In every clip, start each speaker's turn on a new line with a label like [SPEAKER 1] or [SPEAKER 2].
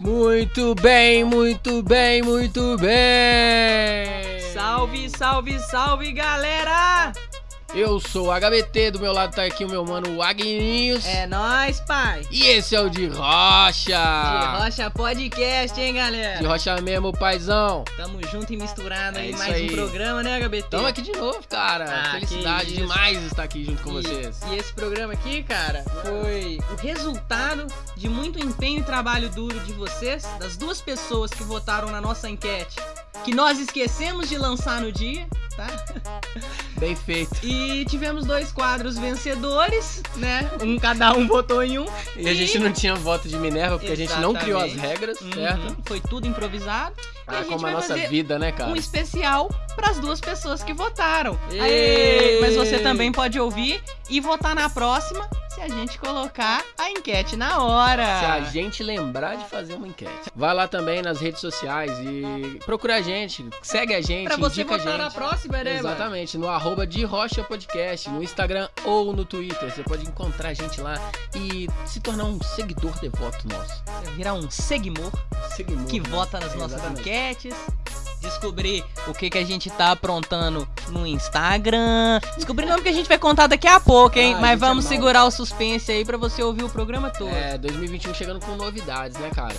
[SPEAKER 1] Muito bem, muito bem, muito bem!
[SPEAKER 2] Salve, salve, salve, galera!
[SPEAKER 1] Eu sou o HBT, do meu lado tá aqui o meu mano Agninhos.
[SPEAKER 2] É nóis, pai!
[SPEAKER 1] E esse é o de
[SPEAKER 2] De
[SPEAKER 1] Rocha!
[SPEAKER 2] Rocha Podcast, hein, galera?
[SPEAKER 1] De Rocha mesmo, paizão!
[SPEAKER 2] Tamo junto e misturado
[SPEAKER 1] É
[SPEAKER 2] aí,
[SPEAKER 1] isso
[SPEAKER 2] mais
[SPEAKER 1] aí.
[SPEAKER 2] um programa, né, HBT?
[SPEAKER 1] Tamo aqui de novo, cara!
[SPEAKER 2] Ah,
[SPEAKER 1] Felicidade
[SPEAKER 2] que isso.
[SPEAKER 1] demais estar aqui junto com
[SPEAKER 2] E-
[SPEAKER 1] vocês.
[SPEAKER 2] E esse programa aqui, cara, foi o resultado de muito empenho e trabalho duro de vocês, das duas pessoas que votaram na nossa enquete, que nós esquecemos de lançar no dia, tá?
[SPEAKER 1] Bem feito.
[SPEAKER 2] E tivemos dois quadros vencedores, né? Um cada um votou em um.
[SPEAKER 1] E a gente não tinha voto de Minerva porque a gente não criou as
[SPEAKER 2] Exatamente.
[SPEAKER 1] regras,
[SPEAKER 2] Uhum,
[SPEAKER 1] certo?
[SPEAKER 2] Foi tudo improvisado. e a
[SPEAKER 1] Ah,
[SPEAKER 2] gente
[SPEAKER 1] como a
[SPEAKER 2] vai
[SPEAKER 1] nossa
[SPEAKER 2] fazer
[SPEAKER 1] vida, né, cara?
[SPEAKER 2] um especial para as duas pessoas que votaram.
[SPEAKER 1] Ei!
[SPEAKER 2] Aê! Mas você também pode ouvir e votar na próxima se a gente colocar a enquete na hora.
[SPEAKER 1] Se a gente lembrar de fazer uma enquete. Vai lá também nas redes sociais e procura a gente, segue a gente,
[SPEAKER 2] Pra você
[SPEAKER 1] indica a
[SPEAKER 2] votar
[SPEAKER 1] gente.
[SPEAKER 2] na próxima, né, mano?
[SPEAKER 1] Exatamente, no arroba de Rocha Podcast, no Instagram ou no Twitter. Você pode encontrar a gente lá e se tornar um seguidor devoto nosso.
[SPEAKER 2] Virar um seguimor
[SPEAKER 1] Seguidor.
[SPEAKER 2] que
[SPEAKER 1] né?
[SPEAKER 2] vota nas nossas
[SPEAKER 1] Exatamente.
[SPEAKER 2] enquetes. Descobrir o que, que a gente tá aprontando no Instagram. Descobrir o nome que a gente vai contar daqui a pouco, hein?
[SPEAKER 1] Ah,
[SPEAKER 2] Mas
[SPEAKER 1] isso é
[SPEAKER 2] vamos
[SPEAKER 1] mal.
[SPEAKER 2] segurar o suspense aí pra você ouvir o programa todo.
[SPEAKER 1] É, 2021 chegando com novidades, né, cara?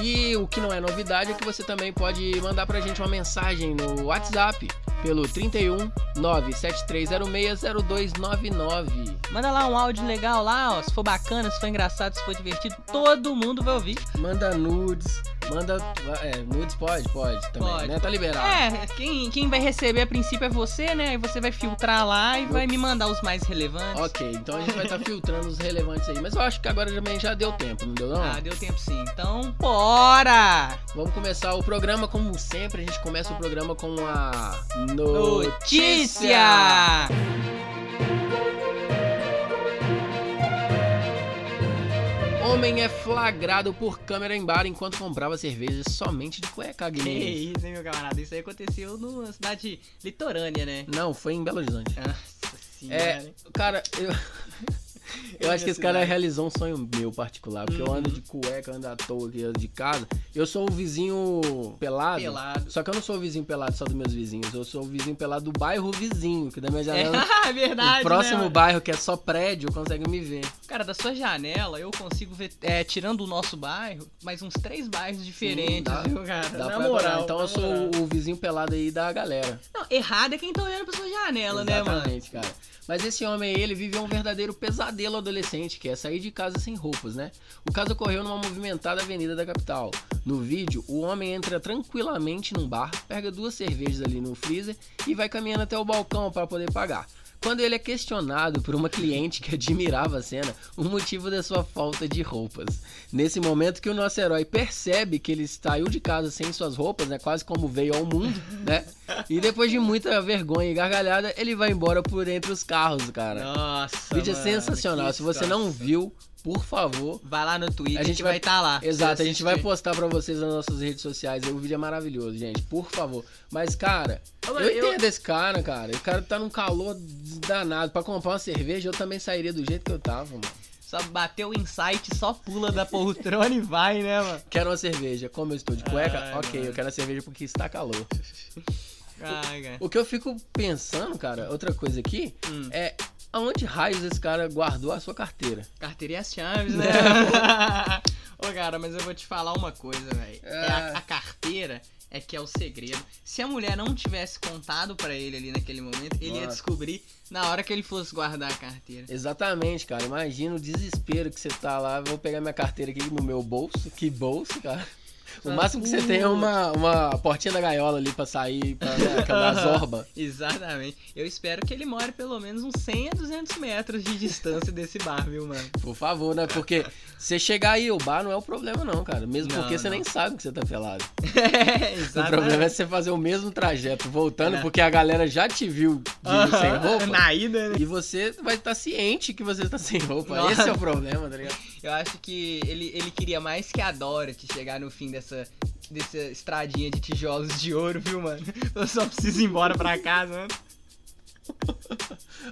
[SPEAKER 1] E o que não é novidade é que você também pode mandar pra gente uma mensagem no WhatsApp pelo 31 973060299.
[SPEAKER 2] Manda lá um áudio legal lá, ó. Se for bacana, se for engraçado, se for divertido, todo mundo vai ouvir.
[SPEAKER 1] Manda nudes, manda. É, nudes pode, pode também,
[SPEAKER 2] Pode.
[SPEAKER 1] né? Tá liberado.
[SPEAKER 2] É, quem, quem vai receber a princípio é você, né? E você vai filtrar lá e vai me mandar os mais relevantes.
[SPEAKER 1] Ok, então a gente vai estar filtrando os relevantes aí. Mas eu acho que agora também já deu tempo, não deu não?
[SPEAKER 2] Ah, deu tempo sim. Então, bora!
[SPEAKER 1] Vamos começar o programa como sempre. A gente começa o programa com a
[SPEAKER 2] Notícia!
[SPEAKER 1] Homem é flagrado por câmera em bar enquanto comprava cerveja somente de cueca,
[SPEAKER 2] Que
[SPEAKER 1] Guilherme.
[SPEAKER 2] isso, hein, meu camarada? Isso aí aconteceu numa cidade litorânea, né?
[SPEAKER 1] Não, foi em Belo Horizonte.
[SPEAKER 2] Nossa senhora.
[SPEAKER 1] É,
[SPEAKER 2] hein?
[SPEAKER 1] cara, eu. Eu acho que esse cara realizou um sonho meu particular, porque eu
[SPEAKER 2] Uhum.
[SPEAKER 1] ando de cueca, ando à toa aqui de casa. Eu sou o vizinho pelado.
[SPEAKER 2] Pelado.
[SPEAKER 1] Só que eu não sou o vizinho pelado só dos meus vizinhos, eu sou o vizinho pelado do bairro vizinho, que da minha janela.
[SPEAKER 2] É, verdade.
[SPEAKER 1] o próximo
[SPEAKER 2] né?
[SPEAKER 1] bairro, que é só prédio, consegue me ver.
[SPEAKER 2] Cara, da sua janela eu consigo ver, é, tirando o nosso bairro, mais uns três bairros diferentes,
[SPEAKER 1] dá-
[SPEAKER 2] viu, cara?
[SPEAKER 1] Dá
[SPEAKER 2] na
[SPEAKER 1] pra
[SPEAKER 2] moral.
[SPEAKER 1] Então
[SPEAKER 2] na
[SPEAKER 1] eu sou
[SPEAKER 2] moral.
[SPEAKER 1] o- o vizinho pelado aí da galera.
[SPEAKER 2] Não, errado é quem tá olhando pra sua janela, né, mano?
[SPEAKER 1] Exatamente, cara. Mas esse homem aí, ele viveu um verdadeiro pesadelo adolescente, que é sair de casa sem roupas, né? O caso ocorreu numa movimentada avenida da capital. No vídeo, o homem entra tranquilamente num bar, pega duas cervejas ali no freezer e vai caminhando até o balcão para poder pagar. Quando ele é questionado por uma cliente que admirava a cena, o motivo da sua falta de roupas. Nesse momento que o nosso herói percebe que ele saiu de casa sem suas roupas, né? Quase como veio ao mundo, né? E depois de muita vergonha e gargalhada, ele vai embora por entre os carros, cara.
[SPEAKER 2] Nossa.
[SPEAKER 1] o vídeo é
[SPEAKER 2] mano,
[SPEAKER 1] sensacional.
[SPEAKER 2] que
[SPEAKER 1] Se você não
[SPEAKER 2] situação.
[SPEAKER 1] viu, por favor.
[SPEAKER 2] Vai lá no Twitter,
[SPEAKER 1] A
[SPEAKER 2] a
[SPEAKER 1] gente
[SPEAKER 2] gente
[SPEAKER 1] vai-
[SPEAKER 2] vai estar lá. pra
[SPEAKER 1] Exato,
[SPEAKER 2] você
[SPEAKER 1] a gente vai
[SPEAKER 2] assistir.
[SPEAKER 1] postar pra vocês nas nossas redes sociais. O vídeo é maravilhoso, gente. Por favor. Mas, cara,
[SPEAKER 2] Ô,
[SPEAKER 1] eu,
[SPEAKER 2] mano, eu-
[SPEAKER 1] entendo esse cara, cara. O cara tá num calor danado. Pra comprar uma cerveja, eu também sairia do jeito que eu tava, mano.
[SPEAKER 2] Só bateu o insight, só pula da poltrona e vai, né, mano?
[SPEAKER 1] Quero uma cerveja. Como eu estou de cueca,
[SPEAKER 2] Ai,
[SPEAKER 1] ok,
[SPEAKER 2] mano.
[SPEAKER 1] eu quero a cerveja porque está calor.
[SPEAKER 2] Caraca.
[SPEAKER 1] O que eu fico pensando, cara, outra coisa aqui,
[SPEAKER 2] Hum.
[SPEAKER 1] é aonde raios esse cara guardou a sua carteira?
[SPEAKER 2] Carteira e as chaves, né? Ô, cara, mas eu vou te falar uma coisa, velho.
[SPEAKER 1] Ah.
[SPEAKER 2] É a, a carteira é que é o segredo. Se a mulher não tivesse contado pra ele ali naquele momento, ele ia
[SPEAKER 1] Nossa.
[SPEAKER 2] descobrir na hora que ele fosse guardar a carteira.
[SPEAKER 1] Exatamente, cara. Imagina o desespero que você tá lá. Vou pegar minha carteira aqui no meu bolso. Que bolso, cara. O
[SPEAKER 2] Ah,
[SPEAKER 1] máximo que você
[SPEAKER 2] putz.
[SPEAKER 1] tem é uma, uma portinha da gaiola ali pra sair, pra né, aquela
[SPEAKER 2] Aham.
[SPEAKER 1] zorba.
[SPEAKER 2] Exatamente. Eu espero que ele more pelo menos uns 100 a 200 metros de distância desse bar, viu, mano?
[SPEAKER 1] Por favor, né? Porque você chegar aí, o bar não é o problema, não, cara. Mesmo
[SPEAKER 2] Não,
[SPEAKER 1] porque você
[SPEAKER 2] não.
[SPEAKER 1] nem sabe que você tá pelado. O
[SPEAKER 2] Exatamente.
[SPEAKER 1] problema é você fazer o mesmo trajeto voltando,
[SPEAKER 2] É.
[SPEAKER 1] porque a galera já te viu de, sem roupa.
[SPEAKER 2] Na ida, né?
[SPEAKER 1] E você vai estar ciente que você tá sem roupa.
[SPEAKER 2] Nossa.
[SPEAKER 1] Esse é o problema, tá ligado?
[SPEAKER 2] Eu acho que ele, ele queria mais que a Dorothy chegar no fim dessa dessa estradinha de tijolos de ouro, viu, mano? Eu só preciso ir embora pra casa, né? mano.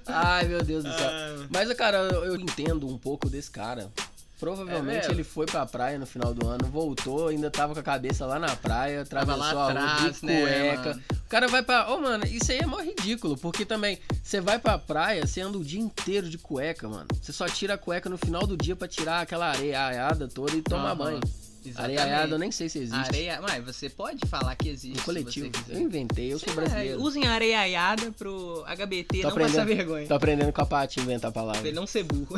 [SPEAKER 1] Ai, meu Deus do céu.
[SPEAKER 2] Ah,
[SPEAKER 1] Mas, cara, eu eu entendo um pouco desse cara.
[SPEAKER 2] É
[SPEAKER 1] Provavelmente
[SPEAKER 2] mesmo?
[SPEAKER 1] ele foi pra praia no final do ano, voltou, ainda tava com a cabeça lá na praia,
[SPEAKER 2] Tava lá
[SPEAKER 1] atravessou a rua de
[SPEAKER 2] atrás, né,
[SPEAKER 1] cueca.
[SPEAKER 2] mano?
[SPEAKER 1] o cara vai pra. Ô, mano, isso aí é mó ridículo, porque também você vai pra praia, você anda o dia inteiro de cueca, mano. Você só tira a cueca no final do dia pra tirar aquela areiaiada toda e tomar
[SPEAKER 2] Aham,
[SPEAKER 1] banho.
[SPEAKER 2] exatamente.
[SPEAKER 1] Areiaiada eu nem sei se existe.
[SPEAKER 2] Areia. Mas você pode falar que existe.
[SPEAKER 1] No
[SPEAKER 2] se
[SPEAKER 1] coletivo.
[SPEAKER 2] você quiser.
[SPEAKER 1] Eu inventei, eu sou
[SPEAKER 2] Sei lá,
[SPEAKER 1] brasileiro.
[SPEAKER 2] É, Usem areiaiada pro HBT
[SPEAKER 1] Tô
[SPEAKER 2] não passar
[SPEAKER 1] aprendendo.
[SPEAKER 2] vergonha.
[SPEAKER 1] Tô aprendendo com a Paty inventar a
[SPEAKER 2] Pra ele
[SPEAKER 1] palavra.
[SPEAKER 2] não ser burro.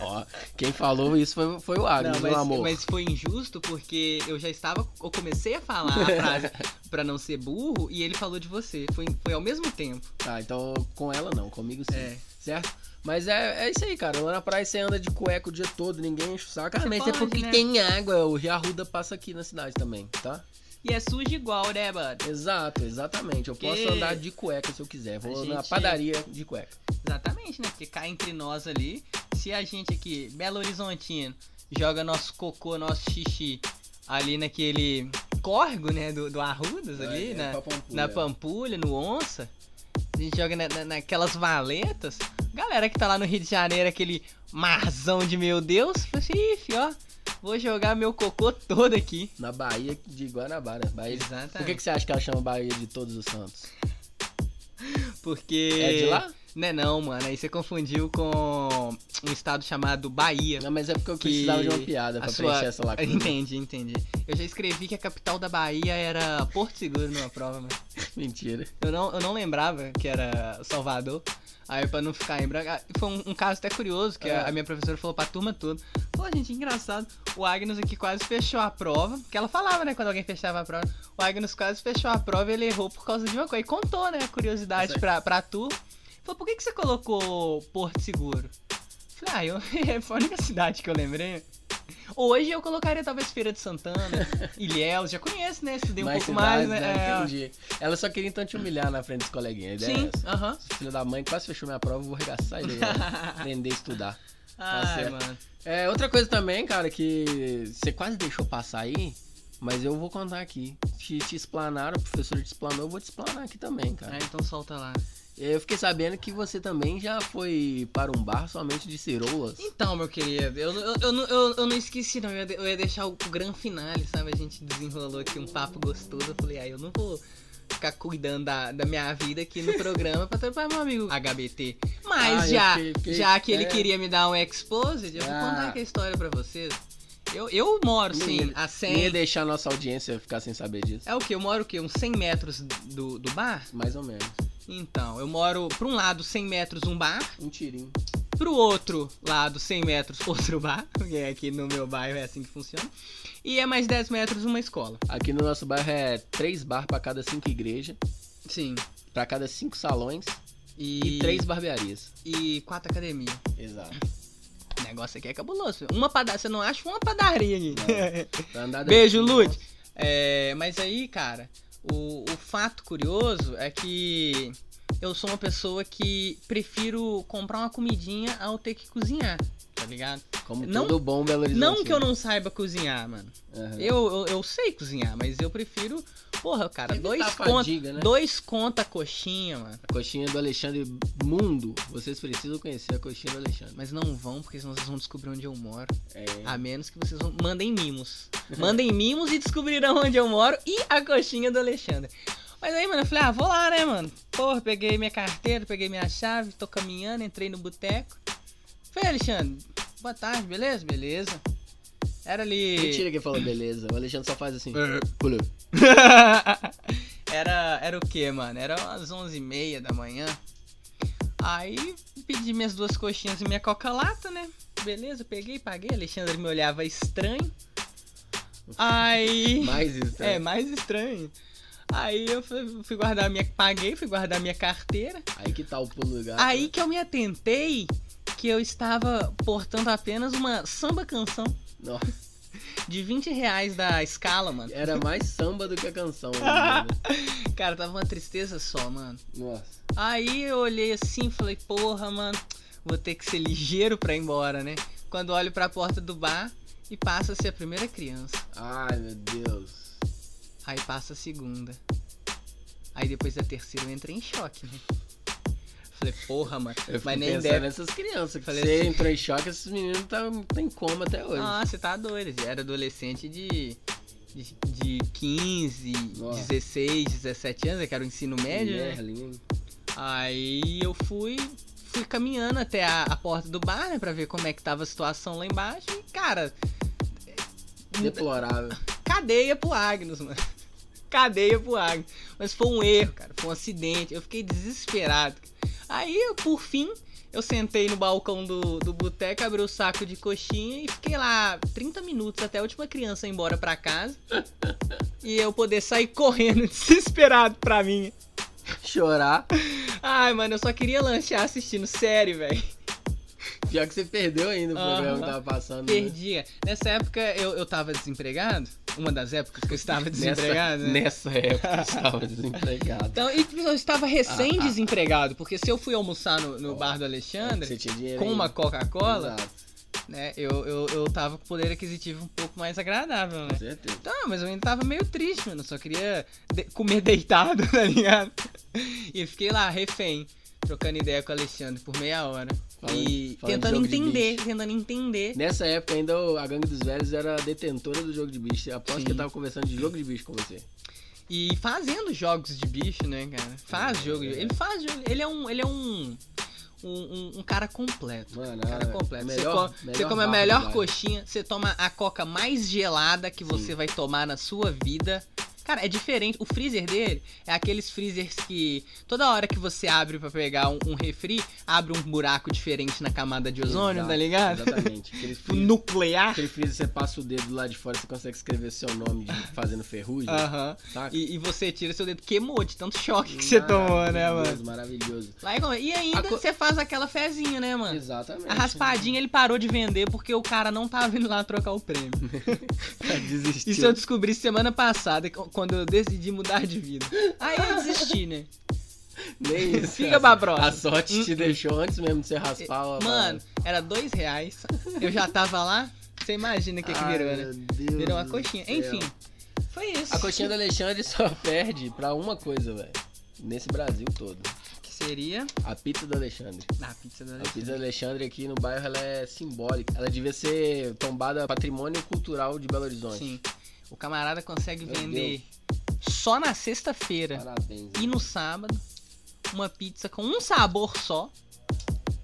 [SPEAKER 1] Ó, quem falou isso foi, foi o Agnes,
[SPEAKER 2] Não,
[SPEAKER 1] Ah, meu amor.
[SPEAKER 2] mas, mas foi injusto porque eu já estava. Eu comecei a falar a frase pra não ser burro e ele falou de você. Foi, foi ao mesmo tempo.
[SPEAKER 1] Tá, então com ela não, comigo sim.
[SPEAKER 2] É.
[SPEAKER 1] Certo? Mas é, é isso aí, cara. Lá na praia você anda de cueca o dia todo, ninguém enche o saco. Ah,
[SPEAKER 2] Você
[SPEAKER 1] mas é
[SPEAKER 2] pode,
[SPEAKER 1] porque
[SPEAKER 2] né?
[SPEAKER 1] tem água. O Rio Arruda passa aqui na cidade também, tá?
[SPEAKER 2] E é sujo igual, né, mano?
[SPEAKER 1] Exato, exatamente. Eu
[SPEAKER 2] Porque-
[SPEAKER 1] posso andar de cueca se eu quiser. Vou
[SPEAKER 2] A
[SPEAKER 1] na
[SPEAKER 2] gente-
[SPEAKER 1] padaria de cueca.
[SPEAKER 2] Exatamente, né? Porque cá entre nós ali, se a gente aqui, Belo Horizontino, joga nosso cocô, nosso xixi ali naquele córrego, né? Do, do Arrudas ali,
[SPEAKER 1] É, é
[SPEAKER 2] né?
[SPEAKER 1] pra Pampulha.
[SPEAKER 2] na Pampulha, no Onça. A gente joga na- na- naquelas valetas. Galera que tá lá no Rio de Janeiro, aquele marzão de meu Deus, fala assim, "Ih, fi, ó, vou jogar meu cocô todo aqui.
[SPEAKER 1] Na Bahia de Guanabara. Bahia de...
[SPEAKER 2] Exatamente.
[SPEAKER 1] Por que, que você acha que ela chama Bahia de Todos os Santos?
[SPEAKER 2] Porque.
[SPEAKER 1] É de lá?
[SPEAKER 2] Né não, mano. Aí você confundiu com um estado chamado Bahia.
[SPEAKER 1] Não, mas é porque eu
[SPEAKER 2] Que
[SPEAKER 1] precisava de uma piada
[SPEAKER 2] a
[SPEAKER 1] pra
[SPEAKER 2] sua- um
[SPEAKER 1] preencher essa lacuna.
[SPEAKER 2] Entendi, entendi. Eu já escrevi que a capital da Bahia era Porto Seguro numa prova, mano.
[SPEAKER 1] Mentira.
[SPEAKER 2] Eu não, eu não lembrava que era Salvador. Aí, pra não ficar em branco. ah, Foi um, um caso até curioso, que a-
[SPEAKER 1] Ah.
[SPEAKER 2] a minha professora falou pra turma toda. Falou, gente, engraçado. O Agnes aqui quase fechou a prova. Que ela falava, né, quando alguém fechava a prova. O Agnes quase fechou a prova e ele errou por causa de uma coisa. E contou, né, a curiosidade
[SPEAKER 1] Certo.
[SPEAKER 2] pra, pra turma. Falou, por que, que você colocou Porto Seguro? Falei, ah, eu, foi a única cidade que eu lembrei. Hoje eu colocaria talvez Feira de Santana, Ilhéus, já conheço, né? Estudei um
[SPEAKER 1] Mais
[SPEAKER 2] pouco mais, né?
[SPEAKER 1] cidades,
[SPEAKER 2] É,
[SPEAKER 1] Entendi. Ela só queria então te humilhar na frente dos coleguinhas. a ideia
[SPEAKER 2] Sim,
[SPEAKER 1] é essa.
[SPEAKER 2] aham.
[SPEAKER 1] Esse Filho da mãe quase fechou minha prova, eu vou arregaçar ele. agora. Aprender a estudar.
[SPEAKER 2] Ai,
[SPEAKER 1] Tá certo.
[SPEAKER 2] mano.
[SPEAKER 1] É, outra coisa também, cara, que você quase deixou passar aí, mas eu vou contar aqui. Te, te explanaram, o professor te explanou, eu vou te explanar aqui também, cara.
[SPEAKER 2] Ah, então solta lá.
[SPEAKER 1] Eu fiquei sabendo que você também já foi para um bar somente de cirolas.
[SPEAKER 2] Então, meu querido, eu, eu, eu, não- eu, eu não esqueci, não. Eu ia, de- eu ia deixar o, o grande finale, sabe? A gente desenrolou aqui um papo gostoso. Eu falei, ah, eu não vou ficar cuidando da, da minha vida aqui no programa pra trabalhar meu amigo HBT. Mas
[SPEAKER 1] Ah, eu
[SPEAKER 2] já,
[SPEAKER 1] fiquei- fiquei-
[SPEAKER 2] já que ele
[SPEAKER 1] é.
[SPEAKER 2] queria me dar um exposed, eu vou
[SPEAKER 1] Ah.
[SPEAKER 2] contar aqui a história pra vocês. Eu, eu moro,
[SPEAKER 1] Não
[SPEAKER 2] sim,
[SPEAKER 1] ia-
[SPEAKER 2] a
[SPEAKER 1] Nem
[SPEAKER 2] 100...
[SPEAKER 1] ia deixar a nossa audiência ficar sem saber disso.
[SPEAKER 2] É o quê? Eu moro o quê? Uns 100 metros do, do bar?
[SPEAKER 1] Mais ou menos.
[SPEAKER 2] Então, eu moro, pra um lado, 100 metros um bar.
[SPEAKER 1] Um tirinho.
[SPEAKER 2] pro outro lado 100 metros outro bar, porque aqui no meu bairro é assim que funciona, e é mais 10 metros uma escola.
[SPEAKER 1] Aqui no nosso bairro é três bar para cada cinco igrejas,
[SPEAKER 2] Sim.
[SPEAKER 1] para cada cinco salões
[SPEAKER 2] E,
[SPEAKER 1] e três barbearias.
[SPEAKER 2] e quatro academias.
[SPEAKER 1] Exato.
[SPEAKER 2] O negócio aqui é cabuloso. filho. Uma padaria, você não acha uma padaria aqui.
[SPEAKER 1] Pra andar
[SPEAKER 2] Beijo,
[SPEAKER 1] daqui,
[SPEAKER 2] Lud. É, mas aí, cara, o, o fato curioso é que eu sou uma pessoa que prefiro comprar uma comidinha ao ter que cozinhar, tá ligado?
[SPEAKER 1] Como
[SPEAKER 2] Não-
[SPEAKER 1] todo bom Belo Horizonte.
[SPEAKER 2] Não que eu não saiba cozinhar, mano.
[SPEAKER 1] Aham.
[SPEAKER 2] Eu, eu, eu sei cozinhar, mas eu prefiro. Porra, cara,
[SPEAKER 1] Evitar
[SPEAKER 2] dois
[SPEAKER 1] a
[SPEAKER 2] conta,
[SPEAKER 1] fadiga, né?
[SPEAKER 2] dois conta a coxinha, mano.
[SPEAKER 1] Coxinha do Alexandre Mundo. Vocês precisam conhecer a coxinha do Alexandre.
[SPEAKER 2] Mas não vão, porque senão vocês vão descobrir onde eu moro.
[SPEAKER 1] É.
[SPEAKER 2] A menos que vocês vão... mandem mimos. Mandem mimos e descobrirão onde eu moro e a coxinha do Alexandre. Mas aí, mano, eu falei, ah, vou lá, né, mano? Porra, peguei minha carteira, peguei minha chave, tô caminhando, entrei no boteco. Falei, Alexandre, boa tarde, beleza? Beleza. Era ali.
[SPEAKER 1] Mentira que falou beleza. O Alexandre só faz assim. Pulou.
[SPEAKER 2] era, era o que, mano? Era umas 11h30 da manhã. Aí pedi minhas duas coxinhas e minha coca-lata, né? Beleza, peguei, paguei. Alexandre me olhava estranho. Aí.
[SPEAKER 1] Mais isso.
[SPEAKER 2] É, mais estranho. Aí eu fui, fui guardar minha. Paguei, fui guardar minha carteira.
[SPEAKER 1] Aí que tá o pulo do gato.
[SPEAKER 2] Aí que eu me atentei que eu estava portando apenas uma samba canção
[SPEAKER 1] Não,
[SPEAKER 2] de 20 reais da escala, mano.
[SPEAKER 1] era mais samba do que a canção. né?
[SPEAKER 2] Cara, tava uma tristeza só, mano.
[SPEAKER 1] Nossa.
[SPEAKER 2] Aí eu olhei assim e falei, porra, mano, vou ter que ser ligeiro pra ir embora, né? Quando olho pra porta do bar e passa a ser a primeira criança.
[SPEAKER 1] Ai, meu Deus.
[SPEAKER 2] Aí passa a segunda. Aí depois a terceira eu entrei em choque, né? Falei, porra, mano.
[SPEAKER 1] Eu fico
[SPEAKER 2] Mas nem
[SPEAKER 1] pensando
[SPEAKER 2] deve.
[SPEAKER 1] nessas crianças. Que
[SPEAKER 2] Falei
[SPEAKER 1] você
[SPEAKER 2] assim-
[SPEAKER 1] entrou em choque, esses meninos estão tá, em coma até hoje.
[SPEAKER 2] Ah, você tá doido. Eu era adolescente de, de, de 15,
[SPEAKER 1] Nossa.
[SPEAKER 2] 16, 17 anos, que era o ensino
[SPEAKER 1] é,
[SPEAKER 2] médio, né?
[SPEAKER 1] Merlin.
[SPEAKER 2] Aí eu fui fui caminhando até a, a porta do bar, né, pra ver como é que tava a situação lá embaixo. E, cara,
[SPEAKER 1] Deplorável.
[SPEAKER 2] cadeia pro Agnus, mano. Cadeia pro Agnus. Mas foi um erro, cara. Foi um acidente. Eu fiquei desesperado. Aí, eu, por fim, eu sentei no balcão do, do boteco, abri o saco de coxinha e fiquei lá 30 minutos até a última criança ir embora pra casa. e eu poder sair correndo, desesperado pra mim.
[SPEAKER 1] Chorar.
[SPEAKER 2] Ai, mano, eu só queria lanchar assistindo série, velho.
[SPEAKER 1] Pior que você perdeu ainda o programa que
[SPEAKER 2] Aham.
[SPEAKER 1] tava passando. né?
[SPEAKER 2] Perdia. Nessa época eu, eu tava desempregado. Uma das épocas que eu estava desempregado. né?
[SPEAKER 1] nessa época eu estava desempregado.
[SPEAKER 2] Então, e eu estava
[SPEAKER 1] Ah, ah, ah.
[SPEAKER 2] recém-desempregado, porque se eu fui almoçar no, no
[SPEAKER 1] Ó,
[SPEAKER 2] bar do
[SPEAKER 1] Você
[SPEAKER 2] Alexandre
[SPEAKER 1] tinha dinheiro
[SPEAKER 2] com uma
[SPEAKER 1] ainda.
[SPEAKER 2] Coca-Cola,
[SPEAKER 1] Exato,
[SPEAKER 2] né, eu, eu, eu tava com poder aquisitivo um pouco mais agradável,
[SPEAKER 1] com
[SPEAKER 2] né?
[SPEAKER 1] certeza.
[SPEAKER 2] Tá, mas eu ainda tava meio triste, mano. Eu só queria de- comer deitado, tá ligado? E fiquei lá, refém, trocando ideia com o Alexandre por meia hora.
[SPEAKER 1] Falando-
[SPEAKER 2] e
[SPEAKER 1] falando de
[SPEAKER 2] tentando
[SPEAKER 1] jogo de
[SPEAKER 2] entender,
[SPEAKER 1] bicho.
[SPEAKER 2] tentando entender.
[SPEAKER 1] Nessa época ainda o- a Gangue dos Velhos era detentora do jogo de bicho. Eu Aposto
[SPEAKER 2] Sim.
[SPEAKER 1] que eu tava conversando de jogo de bicho com você.
[SPEAKER 2] E fazendo jogos de bicho, né, cara? Faz
[SPEAKER 1] É,
[SPEAKER 2] jogo. de-
[SPEAKER 1] é.
[SPEAKER 2] Ele faz jogo. Ele é um. Ele é um. Um, um- um cara completo. Um
[SPEAKER 1] Mano,
[SPEAKER 2] cara
[SPEAKER 1] é,
[SPEAKER 2] completo.
[SPEAKER 1] melhor-
[SPEAKER 2] você, co-
[SPEAKER 1] melhor né?
[SPEAKER 2] você come a
[SPEAKER 1] barra
[SPEAKER 2] melhor
[SPEAKER 1] do bairro.
[SPEAKER 2] coxinha, você toma a coca mais gelada que você
[SPEAKER 1] Sim.
[SPEAKER 2] vai tomar na sua vida. Cara, é diferente. O freezer dele é aqueles freezers que toda hora que você abre pra pegar um, um refri, abre um buraco diferente na camada de ozônio,
[SPEAKER 1] Exato,
[SPEAKER 2] tá ligado?
[SPEAKER 1] Exatamente. Aquele
[SPEAKER 2] Tipo,
[SPEAKER 1] freezer,
[SPEAKER 2] nuclear.
[SPEAKER 1] aquele freezer, você passa o dedo lá de fora, você consegue escrever seu nome de- fazendo ferrugem.
[SPEAKER 2] Aham.
[SPEAKER 1] saca?
[SPEAKER 2] Ah, E, e você tira seu dedo, queimou de tanto choque que você tomou, né, mano?
[SPEAKER 1] Maravilhoso, Maravilhoso.
[SPEAKER 2] Lá e come. E ainda
[SPEAKER 1] A co-
[SPEAKER 2] você faz aquela fezinha, né, mano?
[SPEAKER 1] Exatamente.
[SPEAKER 2] A raspadinha ele parou de vender porque o cara não tava vindo lá trocar o prêmio.
[SPEAKER 1] Desistiu.
[SPEAKER 2] Isso é um eu descobri semana passada, co- quando eu decidi mudar de vida. Aí eu desisti, né?
[SPEAKER 1] Nem isso.
[SPEAKER 2] Fica pra próxima. Hum,
[SPEAKER 1] A sorte te deixou antes mesmo de você raspar. a
[SPEAKER 2] Mano, era dois reais. Eu já tava lá. Você imagina o que, que
[SPEAKER 1] Ai,
[SPEAKER 2] virou,
[SPEAKER 1] meu
[SPEAKER 2] né?
[SPEAKER 1] Deus
[SPEAKER 2] Virou uma
[SPEAKER 1] do
[SPEAKER 2] coxinha.
[SPEAKER 1] céu.
[SPEAKER 2] Enfim, foi isso.
[SPEAKER 1] A coxinha do Alexandre só perde pra uma coisa, velho. Nesse Brasil todo.
[SPEAKER 2] Que seria Ah,
[SPEAKER 1] A pizza do Alexandre.
[SPEAKER 2] a pizza da
[SPEAKER 1] A pizza do Alexandre aqui no bairro ela é simbólica. Ela devia ser tombada patrimônio cultural de Belo Horizonte.
[SPEAKER 2] Sim. O camarada consegue
[SPEAKER 1] Meu
[SPEAKER 2] vender só na sexta-feira.
[SPEAKER 1] Parabéns.
[SPEAKER 2] é. e no sábado uma pizza com um sabor só.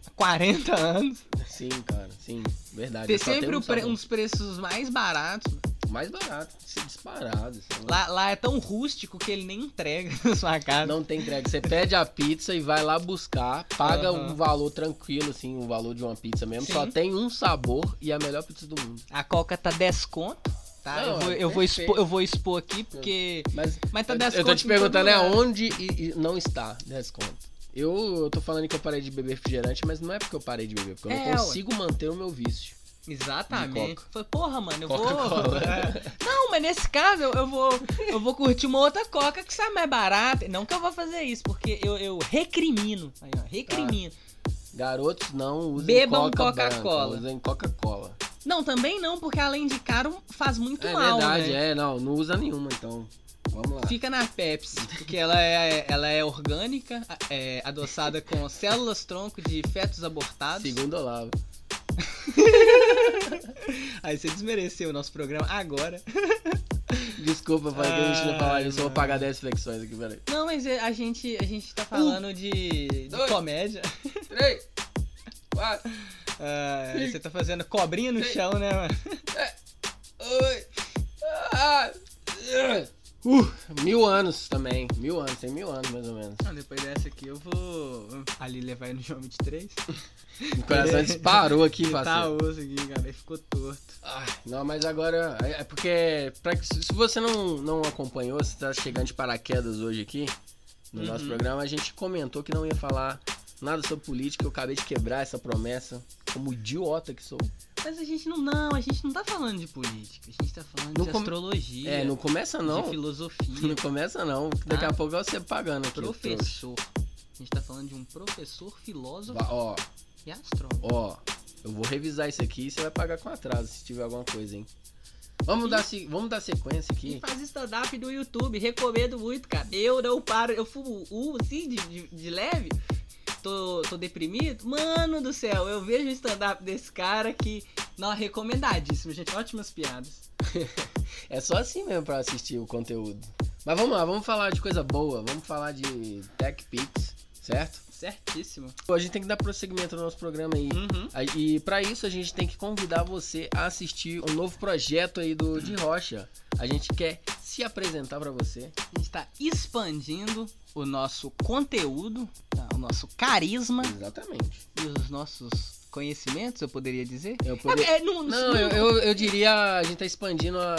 [SPEAKER 2] há 40 anos.
[SPEAKER 1] Sim, cara. Sim. Verdade.
[SPEAKER 2] Ter
[SPEAKER 1] Só tem
[SPEAKER 2] sempre
[SPEAKER 1] um
[SPEAKER 2] o pre- um
[SPEAKER 1] sabor.
[SPEAKER 2] uns preços mais baratos.
[SPEAKER 1] Mais barato. se Disparado. sei lá.
[SPEAKER 2] Lá, lá é tão rústico que ele nem entrega na sua casa.
[SPEAKER 1] Não tem entrega. Você pede a pizza e vai lá buscar, paga
[SPEAKER 2] Aham.
[SPEAKER 1] um valor tranquilo, assim, o valor de uma pizza mesmo.
[SPEAKER 2] Sim.
[SPEAKER 1] Só tem um sabor e a melhor pizza do mundo.
[SPEAKER 2] A Coca tá 10 conto. Tá?
[SPEAKER 1] Não,
[SPEAKER 2] eu, vou,
[SPEAKER 1] é
[SPEAKER 2] eu, vou
[SPEAKER 1] perfeito.
[SPEAKER 2] expor, eu vou expor aqui porque.
[SPEAKER 1] Mas,
[SPEAKER 2] Mas tá
[SPEAKER 1] eu-
[SPEAKER 2] 10
[SPEAKER 1] eu tô
[SPEAKER 2] conto
[SPEAKER 1] te
[SPEAKER 2] em todo
[SPEAKER 1] perguntando é
[SPEAKER 2] lugar.
[SPEAKER 1] onde e, e não está 10 conto. Eu, eu tô falando que eu parei de beber refrigerante, mas não é porque eu parei de beber, porque eu
[SPEAKER 2] É,
[SPEAKER 1] não
[SPEAKER 2] ué.
[SPEAKER 1] consigo manter o meu vício. De
[SPEAKER 2] Exatamente.
[SPEAKER 1] Coca.
[SPEAKER 2] Falei, porra, mano, eu vou.
[SPEAKER 1] Coca-Cola.
[SPEAKER 2] É. Não, mas nesse caso eu, eu vou eu vou curtir uma outra Coca que sai mais barata. Não que eu vou fazer isso, porque eu, eu recrimino. Aí, ó, recrimino.
[SPEAKER 1] Garotos não usem
[SPEAKER 2] Bebam
[SPEAKER 1] Coca branca,
[SPEAKER 2] Coca-Cola.
[SPEAKER 1] Usem Coca-Cola.
[SPEAKER 2] Não, também não, porque além de caro, faz muito
[SPEAKER 1] É
[SPEAKER 2] mal,
[SPEAKER 1] verdade,
[SPEAKER 2] né?
[SPEAKER 1] é, não, não usa nenhuma, então. Vamos lá.
[SPEAKER 2] Fica na Pepsi, porque ela é, ela é orgânica, é, adoçada com células-tronco de fetos abortados.
[SPEAKER 1] Segundo Olavo.
[SPEAKER 2] Aí você desmereceu o nosso programa agora.
[SPEAKER 1] Desculpa, pai, que a gente não
[SPEAKER 2] Ai,
[SPEAKER 1] falar isso. Eu vou
[SPEAKER 2] mano.
[SPEAKER 1] pagar 10 flexões aqui, peraí.
[SPEAKER 2] Não, mas é, a gente, a gente tá falando de, de
[SPEAKER 1] dois,
[SPEAKER 2] comédia.
[SPEAKER 1] 3, 4,
[SPEAKER 2] Ah, você tá fazendo cobrinha no chão, né, mano?
[SPEAKER 1] 8.
[SPEAKER 2] ah,
[SPEAKER 1] Uh, mil anos também. Mil anos, tem mil anos mais ou menos.
[SPEAKER 2] Não, depois dessa aqui eu vou ali levar ele no chão 23.
[SPEAKER 1] O coração disparou aqui,
[SPEAKER 2] tá
[SPEAKER 1] parceiro.
[SPEAKER 2] osso aqui, cara, aí ficou torto.
[SPEAKER 1] Ai, não, mas agora. É é porque. pra que- se você não, não acompanhou, se tá chegando de paraquedas hoje aqui no
[SPEAKER 2] Uhum.
[SPEAKER 1] nosso programa, a gente comentou que não ia falar nada sobre política. Eu acabei de quebrar essa promessa. Como idiota que sou.
[SPEAKER 2] Mas a gente não, não, a gente não tá falando de política, a gente tá falando
[SPEAKER 1] No
[SPEAKER 2] de
[SPEAKER 1] com-
[SPEAKER 2] astrologia.
[SPEAKER 1] É, não começa
[SPEAKER 2] De
[SPEAKER 1] não.
[SPEAKER 2] filosofia.
[SPEAKER 1] Não começa não. Daqui
[SPEAKER 2] Ah.
[SPEAKER 1] a pouco é você pagando aqui. trouxa.
[SPEAKER 2] professor. A gente tá falando de um professor, filósofo
[SPEAKER 1] Va- Ó,
[SPEAKER 2] e astrólogo.
[SPEAKER 1] ó. Eu vou revisar isso aqui e você vai pagar com atraso se tiver alguma coisa, hein? Vamos dar, se- vamos dar sequência
[SPEAKER 2] E
[SPEAKER 1] aqui.
[SPEAKER 2] faz stand-up do YouTube, recomendo muito, cara. Eu não paro, eu fumo um, assim, de, de- de leve. Tô, tô deprimido. Mano do céu, eu vejo o stand-up desse cara que. Não, recomendadíssimo, gente. Ótimas piadas.
[SPEAKER 1] É só assim mesmo pra assistir o conteúdo. Mas vamos lá, vamos falar de coisa boa. Vamos falar de Tech Pix, certo?
[SPEAKER 2] Certíssimo.
[SPEAKER 1] Pô, a gente tem que dar prosseguimento no nosso programa aí.
[SPEAKER 2] Uhum.
[SPEAKER 1] Aí, E pra isso a gente tem que convidar você a assistir um novo projeto aí do de Rocha. A gente quer se apresentar pra você.
[SPEAKER 2] A gente tá expandindo o nosso conteúdo, tá? o nosso carisma
[SPEAKER 1] Exatamente.
[SPEAKER 2] e os nossos conhecimentos, eu poderia dizer.
[SPEAKER 1] Eu poder-
[SPEAKER 2] É, é, não,
[SPEAKER 1] Não, eu, eu, eu diria a gente tá expandindo a,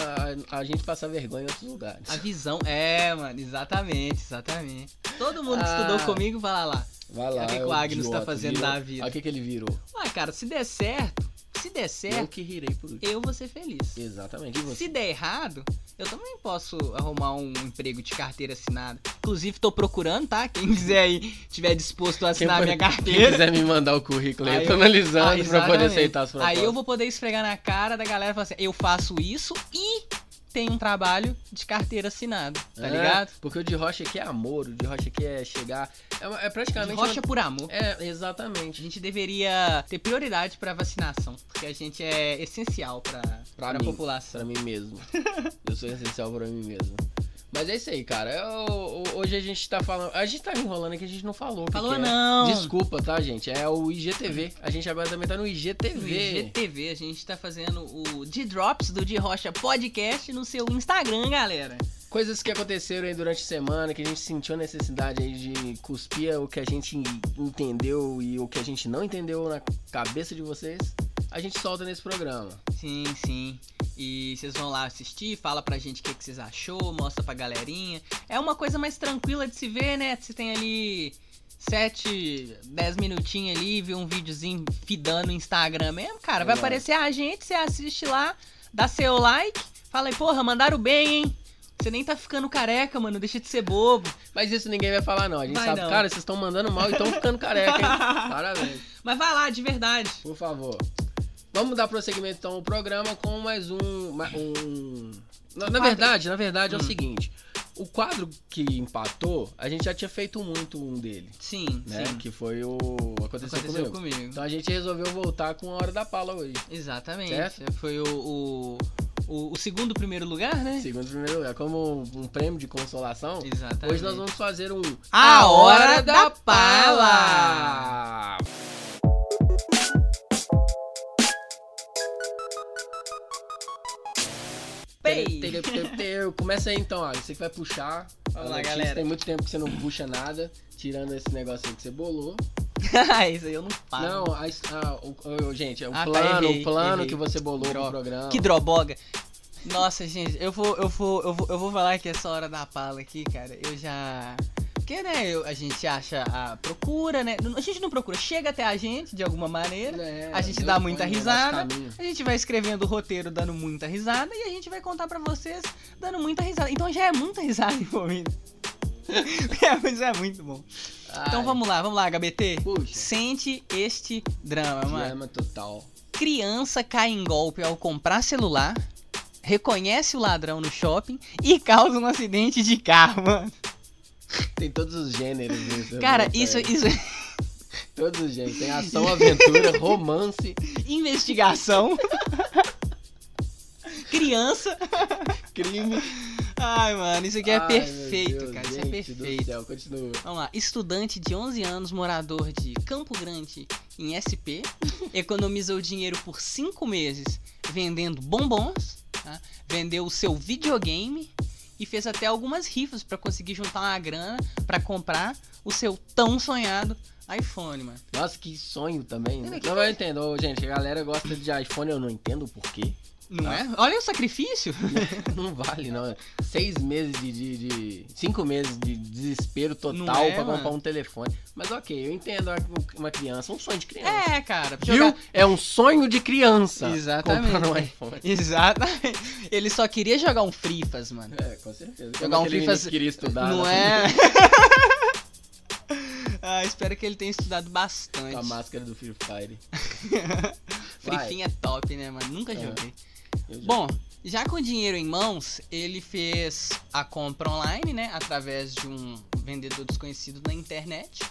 [SPEAKER 1] a, a gente passar vergonha em outros lugares.
[SPEAKER 2] A visão, é, mano, exatamente, exatamente. Todo mundo que estudou
[SPEAKER 1] Ah.
[SPEAKER 2] comigo, vai lá lá.
[SPEAKER 1] Vai lá.
[SPEAKER 2] o que que
[SPEAKER 1] é
[SPEAKER 2] o Agnes tá
[SPEAKER 1] idiota,
[SPEAKER 2] fazendo
[SPEAKER 1] virou.
[SPEAKER 2] da vida?
[SPEAKER 1] Olha o que, que ele virou.
[SPEAKER 2] Ué, cara, se der certo, se der
[SPEAKER 1] Eu
[SPEAKER 2] certo,
[SPEAKER 1] que rirei por último.
[SPEAKER 2] eu vou ser feliz.
[SPEAKER 1] Exatamente. E você?
[SPEAKER 2] Se der errado, eu também posso arrumar um emprego de carteira assinada. Inclusive, tô procurando, tá? Quem quiser aí, tiver disposto a assinar
[SPEAKER 1] Quem
[SPEAKER 2] Assim, minha
[SPEAKER 1] for- quem
[SPEAKER 2] carteira.
[SPEAKER 1] quiser me mandar o currículo aí,
[SPEAKER 2] Aí
[SPEAKER 1] eu tô
[SPEAKER 2] eu-
[SPEAKER 1] analisando
[SPEAKER 2] Ah,
[SPEAKER 1] pra poder
[SPEAKER 2] exatamente.
[SPEAKER 1] aceitar as propostas.
[SPEAKER 2] Aí eu vou poder esfregar na cara da galera e falar assim: eu faço isso e tenho um trabalho de carteira assinada, tá
[SPEAKER 1] É,
[SPEAKER 2] ligado?
[SPEAKER 1] Porque o de rocha aqui é amor, o de rocha aqui é chegar. É, uma- é
[SPEAKER 2] De
[SPEAKER 1] praticamente.
[SPEAKER 2] rocha por amor.
[SPEAKER 1] uma- É,
[SPEAKER 2] A
[SPEAKER 1] exatamente.
[SPEAKER 2] gente deveria ter prioridade pra vacinação, porque a gente é essencial pra
[SPEAKER 1] Pra
[SPEAKER 2] pra
[SPEAKER 1] mim.
[SPEAKER 2] população.
[SPEAKER 1] Pra mim mesmo. eu sou essencial pra mim mesmo. Mas é isso aí, cara. Eu- hoje a gente tá falando. A gente tá enrolando aqui, a gente não falou. o que
[SPEAKER 2] Falou
[SPEAKER 1] que é.
[SPEAKER 2] não!
[SPEAKER 1] Desculpa, tá, gente? É o IGTV. A gente agora também tá no IGTV.
[SPEAKER 2] No IGTV, a gente tá fazendo o D-Drops do D Rocha Podcast no seu Instagram, galera.
[SPEAKER 1] Coisas que aconteceram aí durante a semana, que a gente sentiu a necessidade aí de cuspir o que a gente entendeu e o que a gente não entendeu na cabeça de vocês, a gente solta nesse programa.
[SPEAKER 2] Sim, sim. E vocês vão lá assistir, fala pra gente o que, que vocês achou, mostra pra galerinha. É uma coisa mais tranquila de se ver, né? Você tem ali 7, 10 minutinhos ali, vê um videozinho fidando no Instagram mesmo, cara. Vai
[SPEAKER 1] Verdade.
[SPEAKER 2] aparecer a gente, você assiste lá, dá seu like, fala aí, porra, mandaram bem, hein? Você nem tá ficando careca, mano, deixa de ser bobo.
[SPEAKER 1] Mas isso ninguém vai falar, não. A gente
[SPEAKER 2] Vai
[SPEAKER 1] sabe,
[SPEAKER 2] não.
[SPEAKER 1] cara, vocês estão mandando mal e estão ficando careca, hein? Parabéns,
[SPEAKER 2] Mas vai lá, de verdade.
[SPEAKER 1] por favor. Vamos dar prosseguimento então ao programa com mais um. ma- um... Na, na
[SPEAKER 2] Quadro.
[SPEAKER 1] verdade, na verdade é o
[SPEAKER 2] Hum.
[SPEAKER 1] seguinte. O quadro que empatou, a gente já tinha feito muito um dele,
[SPEAKER 2] Sim,
[SPEAKER 1] né?
[SPEAKER 2] sim.
[SPEAKER 1] Que foi o Aconteceu,
[SPEAKER 2] Aconteceu
[SPEAKER 1] comigo.
[SPEAKER 2] comigo.
[SPEAKER 1] Então a gente resolveu voltar com a hora da pala hoje.
[SPEAKER 2] Exatamente.
[SPEAKER 1] Certo?
[SPEAKER 2] Foi o, o, o, o segundo primeiro lugar, né?
[SPEAKER 1] Segundo primeiro lugar, como um prêmio de consolação,
[SPEAKER 2] Exatamente.
[SPEAKER 1] hoje nós vamos fazer um
[SPEAKER 2] A Hora da
[SPEAKER 1] Pala!
[SPEAKER 2] Pei!
[SPEAKER 1] Teu, teu, teu. Começa aí então, Alex. Você que vai puxar. a
[SPEAKER 2] Vamos lá,
[SPEAKER 1] notícia.
[SPEAKER 2] galera.
[SPEAKER 1] Tem muito tempo que você não puxa nada, tirando esse negócio aí que você bolou.
[SPEAKER 2] Isso aí eu não falo.
[SPEAKER 1] Não, a, his- ah, o- o- gente, é o
[SPEAKER 2] Ah, tá,
[SPEAKER 1] plano,
[SPEAKER 2] errei,
[SPEAKER 1] o plano
[SPEAKER 2] errei.
[SPEAKER 1] que você bolou
[SPEAKER 2] Droga.
[SPEAKER 1] pro programa. É,
[SPEAKER 2] Que droboga. Nossa, gente, eu vou, eu vou, eu vou, eu vou falar que essa hora da pala aqui, cara, eu já. Porque, né, eu- a gente acha a procura, né? A gente não procura, chega até a gente de alguma maneira.
[SPEAKER 1] É,
[SPEAKER 2] A gente
[SPEAKER 1] Deus
[SPEAKER 2] dá
[SPEAKER 1] põe
[SPEAKER 2] muita
[SPEAKER 1] no nosso
[SPEAKER 2] risada.
[SPEAKER 1] caminho.
[SPEAKER 2] A gente vai escrevendo o roteiro dando muita risada e a gente vai contar pra vocês dando muita risada. Então já é muita risada envolvida. é, mas é muito bom. Então
[SPEAKER 1] Ai,
[SPEAKER 2] vamos lá, vamos lá, HBT.
[SPEAKER 1] Puxa.
[SPEAKER 2] Sente este drama, mano.
[SPEAKER 1] Drama total.
[SPEAKER 2] Criança cai em golpe ao comprar celular, reconhece o ladrão no shopping e causa um acidente de carro, mano.
[SPEAKER 1] Tem todos os gêneros. nessa
[SPEAKER 2] Cara,
[SPEAKER 1] música
[SPEAKER 2] isso,
[SPEAKER 1] aí.
[SPEAKER 2] isso é
[SPEAKER 1] Todos os gêneros. Tem ação, aventura, romance.
[SPEAKER 2] investigação. Criança.
[SPEAKER 1] crime.
[SPEAKER 2] Ai, mano, isso aqui é
[SPEAKER 1] Ai, meu
[SPEAKER 2] perfeito,
[SPEAKER 1] Deus,
[SPEAKER 2] cara.
[SPEAKER 1] gente
[SPEAKER 2] isso é perfeito.
[SPEAKER 1] Do céu, continua.
[SPEAKER 2] Vamos lá, estudante de 11 anos, morador de Campo Grande, em SP, economizou dinheiro por 5 meses vendendo bombons, tá? vendeu o seu videogame e fez até algumas rifas pra conseguir juntar uma grana pra comprar o seu tão sonhado iPhone, mano.
[SPEAKER 1] Nossa, que sonho também.
[SPEAKER 2] Olha
[SPEAKER 1] Né?
[SPEAKER 2] é que
[SPEAKER 1] Não, eu entendo, Ô, gente. A galera gosta de iPhone, eu não entendo o porquê.
[SPEAKER 2] Não
[SPEAKER 1] Tá.
[SPEAKER 2] é? Olha o sacrifício.
[SPEAKER 1] Não vale, não. Seis meses de. de- de- cinco meses de desespero
[SPEAKER 2] Não
[SPEAKER 1] total
[SPEAKER 2] é,
[SPEAKER 1] pra comprar
[SPEAKER 2] mano.
[SPEAKER 1] um telefone. Mas ok, eu entendo a- uma criança, um sonho de criança.
[SPEAKER 2] É, cara. pra
[SPEAKER 1] Viu?
[SPEAKER 2] jogar-
[SPEAKER 1] É um sonho de criança.
[SPEAKER 2] Exatamente.
[SPEAKER 1] Comprar um iPhone.
[SPEAKER 2] Exatamente. Ele só queria jogar um Frifas, mano.
[SPEAKER 1] É, com certeza.
[SPEAKER 2] Jogar
[SPEAKER 1] Como
[SPEAKER 2] um
[SPEAKER 1] aquele
[SPEAKER 2] FIFA-
[SPEAKER 1] menino que queria estudar.
[SPEAKER 2] Não
[SPEAKER 1] né?
[SPEAKER 2] é? ah, espero que ele tenha estudado bastante.
[SPEAKER 1] Com a máscara do Free Fire.
[SPEAKER 2] Free Fire é top, né, mano? Nunca
[SPEAKER 1] É.
[SPEAKER 2] joguei.
[SPEAKER 1] Eu já-
[SPEAKER 2] Bom, Já com o dinheiro em mãos, ele fez a compra online, né? Através de um vendedor desconhecido na internet.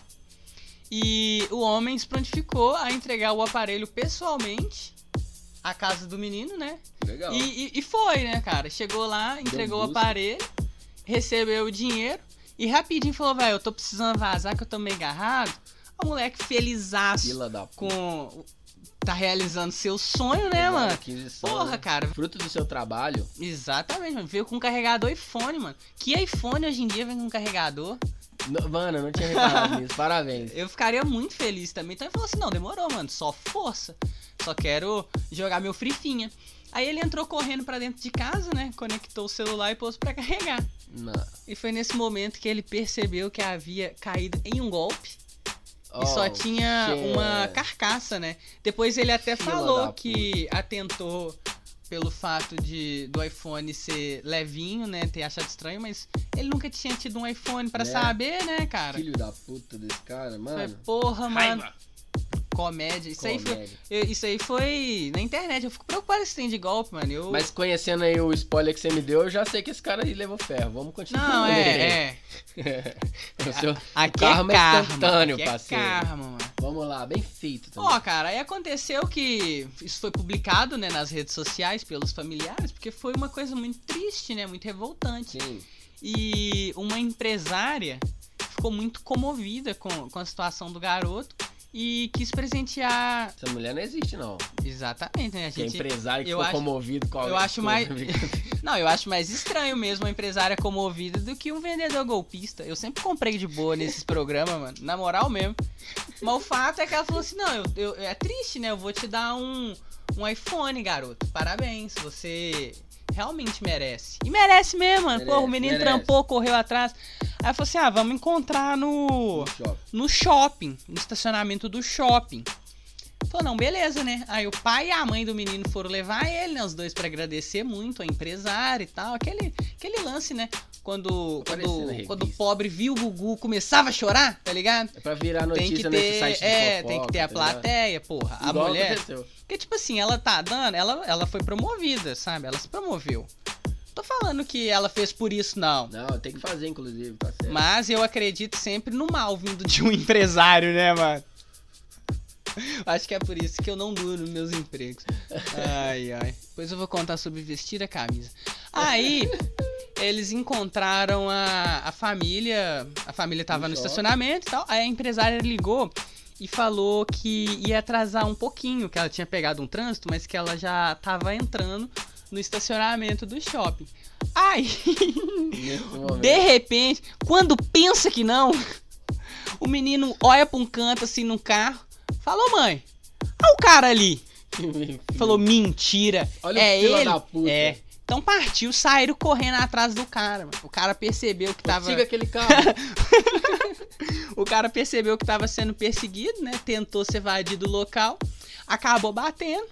[SPEAKER 2] E o homem se prontificou a entregar o aparelho pessoalmente à casa do menino, né?
[SPEAKER 1] Legal.
[SPEAKER 2] E, e- e foi, né, cara? Chegou lá, entregou o
[SPEAKER 1] busca.
[SPEAKER 2] aparelho, recebeu o dinheiro e rapidinho falou, velho, eu tô precisando vazar que eu tô meio agarrado. O moleque felizaço
[SPEAKER 1] Fila da puta.
[SPEAKER 2] com... Tá realizando seu sonho, né, mano?
[SPEAKER 1] Aquisição,
[SPEAKER 2] Porra,
[SPEAKER 1] né?
[SPEAKER 2] cara.
[SPEAKER 1] Fruto do seu trabalho,
[SPEAKER 2] Exatamente, mano. Veio com um carregador iPhone, mano. Que iPhone hoje em dia vem com um carregador?
[SPEAKER 1] N- Mano, eu não tinha reparado nisso. Parabéns.
[SPEAKER 2] Eu ficaria muito feliz também. Então ele falou assim: não, demorou, mano, só força. Só quero jogar meu frifinha. Aí ele entrou correndo pra dentro de casa, né? Conectou o celular e pôs pra carregar.
[SPEAKER 1] Não.
[SPEAKER 2] E foi nesse momento que ele percebeu que havia caído em um golpe
[SPEAKER 1] Oh,
[SPEAKER 2] e só tinha
[SPEAKER 1] shit.
[SPEAKER 2] uma carcaça, né? Depois ele até
[SPEAKER 1] Fila da
[SPEAKER 2] falou
[SPEAKER 1] puta.
[SPEAKER 2] que atentou pelo fato de do iPhone ser levinho, né? Ter achado estranho, mas ele nunca tinha tido um iPhone pra
[SPEAKER 1] Né?
[SPEAKER 2] saber, né, cara?
[SPEAKER 1] Filho da puta desse cara,
[SPEAKER 2] Mas,
[SPEAKER 1] mano.
[SPEAKER 2] porra, mano.
[SPEAKER 3] Raiva.
[SPEAKER 2] Comédia. Isso aí, foi,
[SPEAKER 1] Comédia.
[SPEAKER 2] eu- isso aí foi na internet. Eu fico preocupado se tem de golpe, mano. Eu...
[SPEAKER 1] Mas conhecendo aí o spoiler que você me deu, eu já sei que esse cara aí levou ferro. Vamos continuar.
[SPEAKER 2] Não, é, é.
[SPEAKER 1] o seu...
[SPEAKER 2] Aqui
[SPEAKER 1] karma
[SPEAKER 2] é
[SPEAKER 1] é
[SPEAKER 2] karma.
[SPEAKER 1] instantâneo,
[SPEAKER 2] aqui
[SPEAKER 1] parceiro.
[SPEAKER 2] É karma, mano.
[SPEAKER 1] Vamos lá, bem feito também.
[SPEAKER 2] Ó, cara, aí aconteceu que isso foi publicado, né, nas redes sociais pelos familiares, porque foi uma coisa muito triste, né, muito revoltante.
[SPEAKER 1] Sim.
[SPEAKER 2] E uma empresária ficou muito comovida com, com a situação do garoto e quis presentear...
[SPEAKER 1] Essa mulher não existe, não.
[SPEAKER 2] Exatamente, né, a
[SPEAKER 1] Que é
[SPEAKER 2] gente...
[SPEAKER 1] empresário que
[SPEAKER 2] eu
[SPEAKER 1] ficou
[SPEAKER 2] acho-
[SPEAKER 1] comovido com é a
[SPEAKER 2] eu acho mais-
[SPEAKER 1] né,
[SPEAKER 2] Não, eu acho mais estranho mesmo uma empresária comovida do que um vendedor golpista. Eu sempre comprei de boa nesses programas, mano. Na moral mesmo. Mas o fato é que ela falou assim: não, eu, eu- é triste, né? Eu vou te dar um, um iPhone, garoto. Parabéns, você realmente merece. E merece mesmo, mano. Porra, o
[SPEAKER 1] Merece,
[SPEAKER 2] menino
[SPEAKER 1] merece.
[SPEAKER 2] trampou, correu atrás. Aí eu falou assim: ah, vamos encontrar no no shopping, no estacionamento do shopping. Falou, não, beleza, né? Aí o pai e a mãe do menino foram levar ele, né? Os dois pra agradecer muito a empresária e tal. Aquele, aquele lance, né? Quando,
[SPEAKER 1] Apareceu na
[SPEAKER 2] quando,
[SPEAKER 1] revista.
[SPEAKER 2] quando o pobre viu o Gugu começava a chorar, tá ligado?
[SPEAKER 1] É pra virar
[SPEAKER 2] Tem que
[SPEAKER 1] notícia nesse
[SPEAKER 2] ter,
[SPEAKER 1] site de
[SPEAKER 2] é,
[SPEAKER 1] fofoca,
[SPEAKER 2] tem que ter a
[SPEAKER 1] tá ligado?
[SPEAKER 2] plateia, porra. A
[SPEAKER 1] Igual
[SPEAKER 2] mulher,
[SPEAKER 1] aconteceu.
[SPEAKER 2] porque, tipo assim, ela tá dando, ela, ela foi promovida, sabe? Ela se promoveu. Tô falando que ela fez por isso, não.
[SPEAKER 1] Não, tem que fazer, inclusive, tá certo.
[SPEAKER 2] Mas eu acredito sempre no mal vindo de um empresário, né, mano? Acho que é por isso que eu não duro nos meus empregos. Ai, ai. Depois eu vou contar sobre vestir a camisa. Aí, eles encontraram a, a família. A família tava
[SPEAKER 1] No
[SPEAKER 2] no
[SPEAKER 1] shopping.
[SPEAKER 2] estacionamento e tal. Aí a empresária ligou e falou que ia atrasar um pouquinho, que ela tinha pegado um trânsito, mas que ela já tava entrando no estacionamento do shopping. Aí.
[SPEAKER 1] Nesse momento.
[SPEAKER 2] De repente, quando pensa que não, o menino olha pra um canto assim no carro, falou, mãe, olha o cara ali. Falou, mentira.
[SPEAKER 1] Olha
[SPEAKER 2] é
[SPEAKER 1] o fila
[SPEAKER 2] ele.
[SPEAKER 1] da puta.
[SPEAKER 2] É. Então partiu, saíram correndo atrás do cara. mano. O cara percebeu que tava.
[SPEAKER 1] Siga aquele cara.
[SPEAKER 2] O cara percebeu que tava sendo perseguido, né? Tentou se evadir do local, acabou batendo.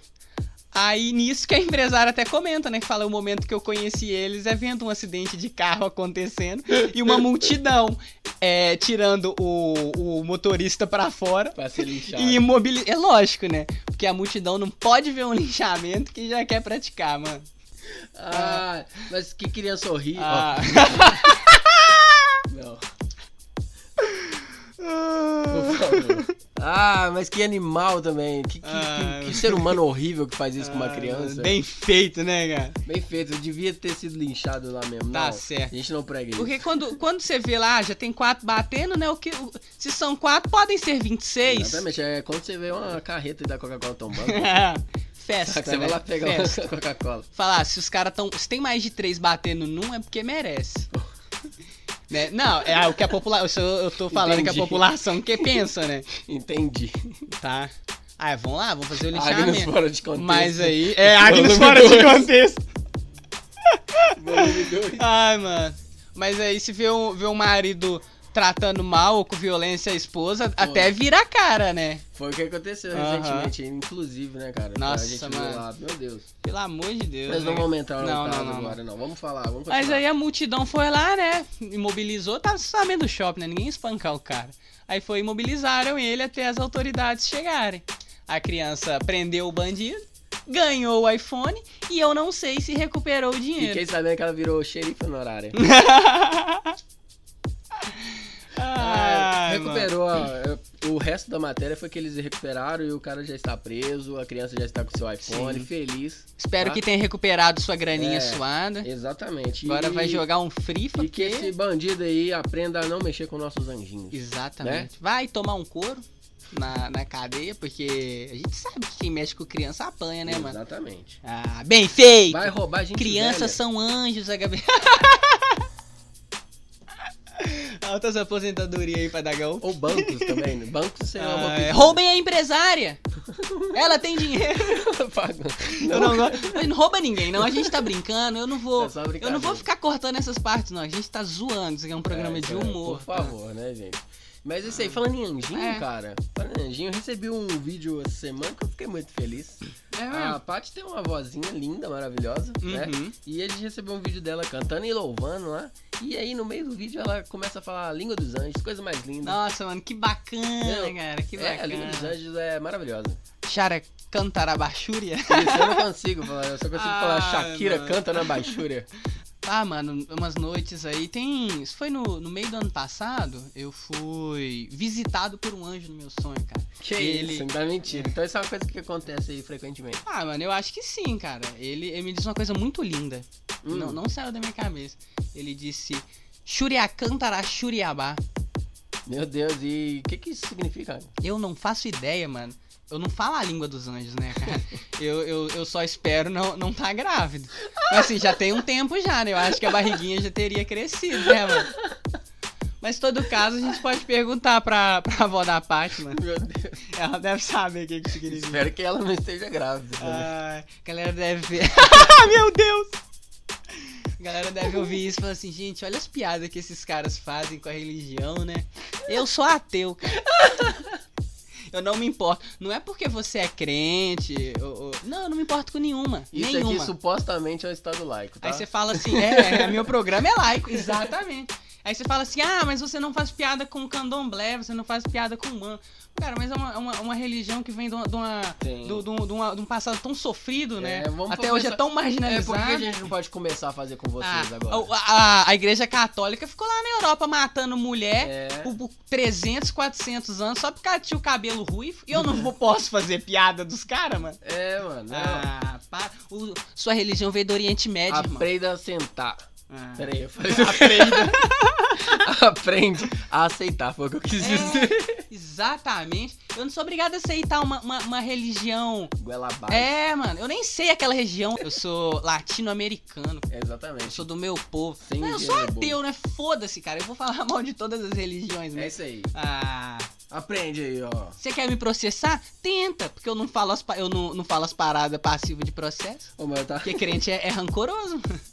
[SPEAKER 2] Aí nisso que a empresária até comenta, né? Que fala o momento que eu conheci eles é vendo um acidente de carro acontecendo e uma multidão é, tirando o, o motorista pra fora.
[SPEAKER 1] pra ser linchado.
[SPEAKER 2] E imobili... É lógico, né? Porque a multidão não pode ver um linchamento que já quer praticar, mano.
[SPEAKER 1] Ah, mas que criança sorrir.
[SPEAKER 2] Ah.
[SPEAKER 1] Não. Por favor. Ah, mas que animal também. Que, que-
[SPEAKER 2] Ah.
[SPEAKER 1] que- que ser humano horrível que faz isso com uma
[SPEAKER 2] Ah,
[SPEAKER 1] criança. Bem,
[SPEAKER 2] Bem feito, né, cara?
[SPEAKER 1] feito, eu devia ter sido linchado lá mesmo.
[SPEAKER 2] Tá
[SPEAKER 1] não,
[SPEAKER 2] certo.
[SPEAKER 1] A gente não prega isso.
[SPEAKER 2] Porque quando, quando você vê lá, já tem quatro batendo, né? O que, o- se são quatro, podem ser 26.
[SPEAKER 1] Exatamente, é quando você vê uma carreta da Coca-Cola tombando.
[SPEAKER 2] Festa.
[SPEAKER 1] saca, Tá, você vai
[SPEAKER 2] né?
[SPEAKER 1] lá pegar um-
[SPEAKER 2] Festa.
[SPEAKER 1] uma Coca-Cola.
[SPEAKER 2] Falar, se os caras tão. Se tem mais de três batendo num, é porque merece. Né? Não, é o que a população. Eu, eu tô falando que
[SPEAKER 1] Entendi.
[SPEAKER 2] a população que pensa, né?
[SPEAKER 1] Entendi.
[SPEAKER 2] Tá. Ah, vamos lá, vamos fazer o
[SPEAKER 1] Agnes
[SPEAKER 2] lixamento.
[SPEAKER 1] fora de contexto.
[SPEAKER 2] Mas aí. É, Agnes
[SPEAKER 1] Volume
[SPEAKER 2] fora de
[SPEAKER 1] dois.
[SPEAKER 2] contexto.
[SPEAKER 1] Volume dois.
[SPEAKER 2] Ai, mano. Mas aí se vê o, vê o marido tratando mal ou com violência a esposa, até vira a cara, né?
[SPEAKER 1] Foi o que aconteceu
[SPEAKER 2] Aham.
[SPEAKER 1] recentemente, inclusive, né, cara?
[SPEAKER 2] Nossa,
[SPEAKER 1] a gente
[SPEAKER 2] mano.
[SPEAKER 1] viu lá, meu Deus.
[SPEAKER 2] Pelo amor de Deus.
[SPEAKER 1] Mas
[SPEAKER 2] né?
[SPEAKER 1] não vamos entrar no
[SPEAKER 2] Não, não,
[SPEAKER 1] caso
[SPEAKER 2] não, não.
[SPEAKER 1] agora, não. Vamos falar, vamos
[SPEAKER 2] Mas
[SPEAKER 1] continuar.
[SPEAKER 2] aí é a multidão foi lá, né? Imobilizou, tava no estacionamento do shopping, né? Ninguém ia espancar o cara. Aí foi, imobilizaram ele até as autoridades chegarem. A criança prendeu o bandido, ganhou o iPhone e eu não sei se recuperou o dinheiro.
[SPEAKER 1] Fiquei sabendo que ela virou xerife honorária.
[SPEAKER 2] Ai, mano.
[SPEAKER 1] É, recuperou. ó, é, O resto da matéria foi que eles recuperaram e o cara já está preso, a criança já está com seu iPhone,
[SPEAKER 2] Sim.
[SPEAKER 1] feliz.
[SPEAKER 2] Espero
[SPEAKER 1] Tá?
[SPEAKER 2] que tenha recuperado sua graninha
[SPEAKER 1] É.
[SPEAKER 2] suada.
[SPEAKER 1] Exatamente.
[SPEAKER 2] Agora
[SPEAKER 1] E-
[SPEAKER 2] vai jogar um free
[SPEAKER 1] E que esse bandido aí aprenda a não mexer com nossos anjinhos. Né?
[SPEAKER 2] Exatamente. Vai tomar um couro na, na cadeia, porque a gente sabe que quem mexe com criança apanha, né, mano?
[SPEAKER 1] Exatamente.
[SPEAKER 2] Ah, bem feito!
[SPEAKER 1] Vai roubar gente
[SPEAKER 2] Crianças
[SPEAKER 1] velha.
[SPEAKER 2] são anjos, a Gabi. Altas aposentadoria aí pra Dagão.
[SPEAKER 1] Ou bancos também. né? Bancos você ama.
[SPEAKER 2] Ah, é, roubem a empresária! Ela tem dinheiro. Eu não gosto. Mas não rouba ninguém, não. A gente tá brincando. Eu não vou.
[SPEAKER 1] É só brincadeira.
[SPEAKER 2] eu não vou ficar cortando essas partes, não. A gente tá zoando. Isso aqui é um programa de humor.
[SPEAKER 1] Por favor, né, gente? Mas isso aí, falando em anjinho,
[SPEAKER 2] É.
[SPEAKER 1] cara. Falando em anjinho, eu recebi um vídeo essa semana que eu fiquei muito feliz.
[SPEAKER 2] É
[SPEAKER 1] A Paty tem uma vozinha linda, maravilhosa, Ah, né?
[SPEAKER 2] Uhum.
[SPEAKER 1] E a gente recebeu um vídeo dela cantando e louvando lá. E aí, no meio do vídeo, ela começa a falar a língua dos anjos, coisa mais linda.
[SPEAKER 2] Nossa, mano, que bacana,
[SPEAKER 1] Não,
[SPEAKER 2] cara. Que
[SPEAKER 1] é, a língua dos
[SPEAKER 2] bacana.
[SPEAKER 1] anjos é maravilhosa.
[SPEAKER 2] Chara Cantarabachúria.
[SPEAKER 1] Isso, eu não consigo falar, eu só consigo
[SPEAKER 2] Ah,
[SPEAKER 1] falar Shakira
[SPEAKER 2] mano.
[SPEAKER 1] canta na baixúria.
[SPEAKER 2] Ah, mano, umas noites aí. Tem. Isso foi no, no meio do ano passado. Eu fui visitado por um anjo no meu sonho, cara.
[SPEAKER 1] Que
[SPEAKER 2] Ele-
[SPEAKER 1] isso, não dá mentira. Então isso é uma coisa que acontece aí frequentemente.
[SPEAKER 2] Ah, mano, eu acho que sim, cara. Ele, ele me disse uma coisa muito linda.
[SPEAKER 1] Hum.
[SPEAKER 2] Não, não saiu da minha cabeça. Ele disse. Shuriakantara Shuriabá.
[SPEAKER 1] Meu Deus, e o que, que isso significa?
[SPEAKER 2] Eu não faço ideia, mano. Eu não falo a língua dos anjos, né, cara? Eu, eu, eu só espero não, não tá grávido. Mas assim, já tem um tempo já, né? Eu acho que a barriguinha já teria crescido, né, mano? Mas em todo caso, a gente pode perguntar pra, pra avó da Paty, mano.
[SPEAKER 1] Meu Deus.
[SPEAKER 2] Ela deve saber o que, que significa.
[SPEAKER 1] Espero que ela não esteja grávida. né?
[SPEAKER 2] Ai, a galera deve ver. Meu Deus! A galera deve ouvir isso e falar assim, gente, olha as piadas que esses caras fazem com a religião, né? Eu sou ateu, cara. Eu não me importo. Não é porque você é crente. ou- ou- Não, eu não me importo com nenhuma.
[SPEAKER 1] Isso
[SPEAKER 2] nenhuma.
[SPEAKER 1] aqui supostamente é o estado laico, tá?
[SPEAKER 2] Aí você fala assim, é, é, meu programa é laico. Exatamente. Aí você fala assim, ah, mas você não faz piada com candomblé, você não faz piada com man. Cara, mas é uma, é uma, uma religião que vem de uma, de, uma-
[SPEAKER 1] Sim.
[SPEAKER 2] do- do- de uma- de um passado tão sofrido, né?
[SPEAKER 1] É, vamos
[SPEAKER 2] Até hoje
[SPEAKER 1] começar-
[SPEAKER 2] é tão
[SPEAKER 1] É, por que que a
[SPEAKER 2] marginalizado.
[SPEAKER 1] gente não pode começar a fazer com vocês
[SPEAKER 2] Ah,
[SPEAKER 1] agora?
[SPEAKER 2] a, a- a igreja católica ficou lá na Europa matando mulher
[SPEAKER 1] É.
[SPEAKER 2] por por 300, 400 anos só porque ela tinha o cabelo ruivo. E eu não vou- posso fazer piada dos caras, mano?
[SPEAKER 1] É, mano. não.
[SPEAKER 2] Ah, pá. O- sua religião veio do Oriente Médio, irmão.
[SPEAKER 1] Aprenda a sentar.
[SPEAKER 2] Ah.
[SPEAKER 1] Pera aí, eu falei. Aprenda. Aprende a aceitar, foi o que eu
[SPEAKER 2] É.
[SPEAKER 1] quis dizer.
[SPEAKER 2] Exatamente. Eu não sou obrigado a aceitar uma, uma, uma religião.
[SPEAKER 1] Goela abaixo.
[SPEAKER 2] É, mano, eu nem sei aquela região. Eu sou latino-americano, eu
[SPEAKER 1] Exatamente.
[SPEAKER 2] sou do meu povo.
[SPEAKER 1] Sem
[SPEAKER 2] não, eu sou
[SPEAKER 1] gênero,
[SPEAKER 2] ateu, né? Foda-se, cara. Eu vou falar mal de todas as religiões,
[SPEAKER 1] É
[SPEAKER 2] né?
[SPEAKER 1] isso aí.
[SPEAKER 2] Ah,
[SPEAKER 1] Aprende aí, ó.
[SPEAKER 2] você quer me processar? Tenta, porque eu não falo as, pa- eu não, não falo as paradas passivas de processo.
[SPEAKER 1] Ô, tá- mas eu tava...
[SPEAKER 2] Porque crente é, é rancoroso, mano.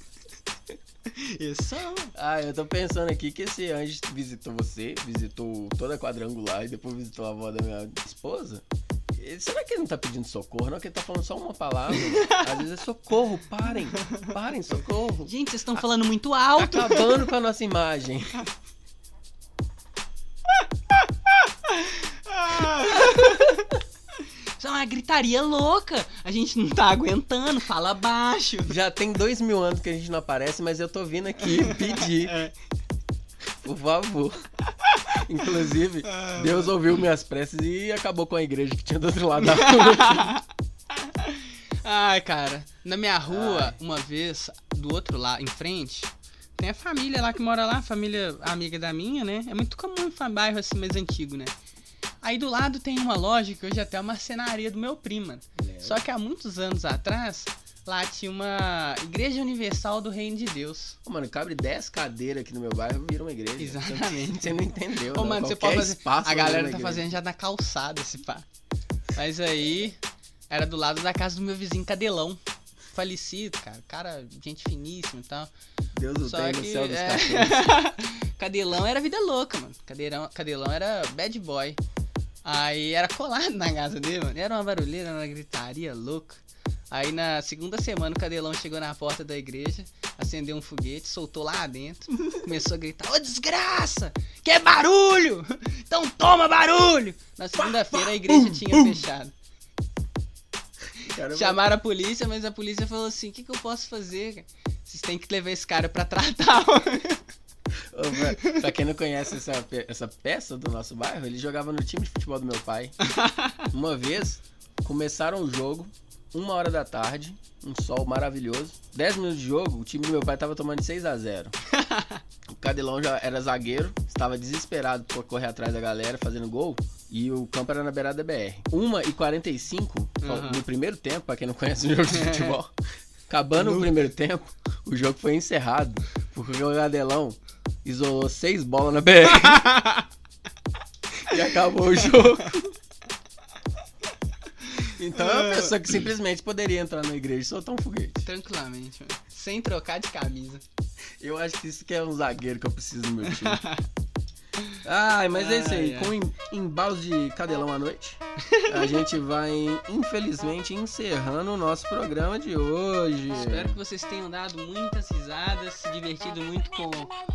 [SPEAKER 2] Isso, mano.
[SPEAKER 1] Ah, eu tô pensando aqui que esse anjo visitou você, visitou toda a quadrangular e depois visitou a avó da minha esposa. E Será que ele não tá pedindo socorro? Não, que ele tá falando só uma palavra. Às vezes é socorro, parem, parem, socorro.
[SPEAKER 2] Gente, vocês estão falando muito alto.
[SPEAKER 1] Tá acabando com a nossa imagem.
[SPEAKER 2] Isso é uma gritaria louca. A gente não tá aguentando, fala baixo.
[SPEAKER 1] Já tem dois mil anos que a gente não aparece, mas eu tô vindo aqui pedir,
[SPEAKER 2] É.
[SPEAKER 1] por favor. Inclusive, Deus ouviu minhas preces e acabou com a igreja que tinha do outro lado da rua.
[SPEAKER 2] Ai, cara, na minha rua,
[SPEAKER 1] Ai.
[SPEAKER 2] uma vez, do outro lado, em frente, tem a família lá que mora lá, família amiga da minha, né? É muito comum em fa- bairro assim mais antigo, né? Aí do lado tem uma loja que hoje é até é uma marcenaria do meu primo, mano.
[SPEAKER 1] É.
[SPEAKER 2] Só que há muitos anos atrás, lá tinha uma Igreja Universal do Reino de Deus.
[SPEAKER 1] Ô, mano, cabe 10 cadeiras aqui no meu bairro, vira uma igreja.
[SPEAKER 2] Exatamente.
[SPEAKER 1] Você não entendeu.
[SPEAKER 2] Ô,
[SPEAKER 1] né?
[SPEAKER 2] mano, você
[SPEAKER 1] Qualquer
[SPEAKER 2] pode fazer.
[SPEAKER 1] espaço
[SPEAKER 2] a
[SPEAKER 1] vira uma
[SPEAKER 2] galera tá
[SPEAKER 1] igreja.
[SPEAKER 2] fazendo já na calçada esse pá. Mas aí, era do lado da casa do meu vizinho Cadelão. Falecido, cara. Cara, gente finíssima e tal.
[SPEAKER 1] Deus o
[SPEAKER 2] Só
[SPEAKER 1] tem no
[SPEAKER 2] que.
[SPEAKER 1] céu dos
[SPEAKER 2] é,
[SPEAKER 1] cachorros.
[SPEAKER 2] Cadelão era vida louca, mano. Cadeirão, cadelão era bad boy. Aí era colado na casa dele, mano. Era uma barulheira, era uma gritaria louca. Aí na segunda semana o Cadelão chegou na porta da igreja, acendeu um foguete, soltou lá dentro, começou a gritar: Ô desgraça! Quer barulho? Então toma barulho! Na segunda-feira a igreja tinha fechado.
[SPEAKER 1] cara.
[SPEAKER 2] Chamaram a polícia, mas a polícia falou assim: o que, que eu posso fazer? cara? Vocês têm que levar esse cara pra tratar.
[SPEAKER 1] Ô, mano, pra quem não conhece essa, pe- essa peça do nosso bairro, ele jogava no time de futebol do meu pai. Uma vez, começaram o jogo, uma hora da tarde, um sol maravilhoso. 10 minutos de jogo, o time do meu pai tava tomando de 6 a 0 O Cadelão já era zagueiro, estava desesperado por correr atrás da galera fazendo gol. E o campo era na beirada da BR. 1 e 45 fal-
[SPEAKER 2] Aham.
[SPEAKER 1] no primeiro tempo, pra quem não conhece o jogo de futebol. Acabando o primeiro tempo, o jogo foi encerrado. Porque o Cadelão isolou seis bolas na BR e acabou o jogo. Então é uma pessoa que simplesmente poderia entrar na igreja e soltar um foguete.
[SPEAKER 2] Tranquilamente, mano. Sem trocar de camisa.
[SPEAKER 1] Eu acho que isso que é um zagueiro que eu preciso no meu time. Ai, mas é isso aí.
[SPEAKER 2] Ai, ai.
[SPEAKER 1] Com em- embalos de cadelão à noite, a gente vai, infelizmente, encerrando o nosso programa de hoje.
[SPEAKER 2] Espero que vocês tenham dado muitas risadas, se divertido muito com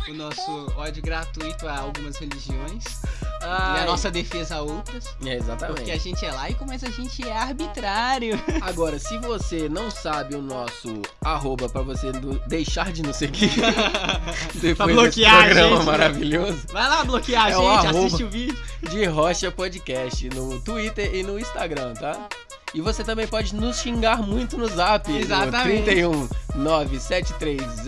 [SPEAKER 2] o nosso ódio gratuito a algumas religiões e
[SPEAKER 1] Ai.
[SPEAKER 2] a nossa defesa a outras.
[SPEAKER 1] É, exatamente.
[SPEAKER 2] Porque a gente é laico, mas a gente é arbitrário.
[SPEAKER 1] Agora, se você não sabe o nosso arroba pra você do- deixar de nos seguir depois
[SPEAKER 2] Pra bloquear a
[SPEAKER 1] desse programa
[SPEAKER 2] gente, né?
[SPEAKER 1] maravilhoso,
[SPEAKER 2] Vai lá bloquear a
[SPEAKER 1] É o
[SPEAKER 2] gente,
[SPEAKER 1] arroba.
[SPEAKER 2] assiste o vídeo.
[SPEAKER 1] de Rocha Podcast no Twitter e no Instagram, tá? E você também pode nos xingar muito no um, zap.
[SPEAKER 2] Exatamente.
[SPEAKER 1] No 31 97306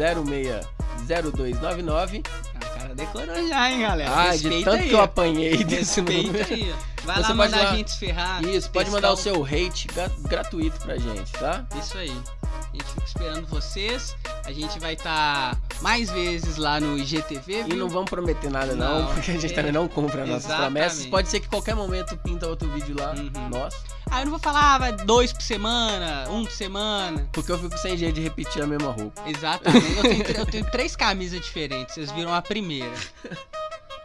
[SPEAKER 1] 0299.
[SPEAKER 2] Ah, O cara decorou já, hein, galera.
[SPEAKER 1] Ah, de
[SPEAKER 2] É, Respeita
[SPEAKER 1] tanto
[SPEAKER 2] aí.
[SPEAKER 1] que eu
[SPEAKER 2] ó.
[SPEAKER 1] apanhei desse número.
[SPEAKER 2] Respeita aí. ó. Vai
[SPEAKER 1] Você
[SPEAKER 2] lá
[SPEAKER 1] pode
[SPEAKER 2] mandar
[SPEAKER 1] lá-
[SPEAKER 2] a gente se ferrar.
[SPEAKER 1] Isso, pode
[SPEAKER 2] textão.
[SPEAKER 1] mandar o seu hate gra- gratuito pra gente, tá?
[SPEAKER 2] Isso aí. A gente fica esperando vocês. A gente vai estar mais vezes lá no IGTV,
[SPEAKER 1] E
[SPEAKER 2] viu?
[SPEAKER 1] não vamos prometer nada, não,
[SPEAKER 2] Não,
[SPEAKER 1] porque a gente
[SPEAKER 2] é.
[SPEAKER 1] também não cumpre as nossas
[SPEAKER 2] Exatamente.
[SPEAKER 1] promessas. Pode ser que qualquer momento pinta outro vídeo lá,
[SPEAKER 2] Uhum.
[SPEAKER 1] nosso.
[SPEAKER 2] Ah, eu não vou falar, ah, vai dois por semana, um por semana.
[SPEAKER 1] Porque eu fico sem jeito de repetir a mesma roupa.
[SPEAKER 2] Exatamente. Eu tenho, eu tenho três camisas diferentes, vocês viram a primeira.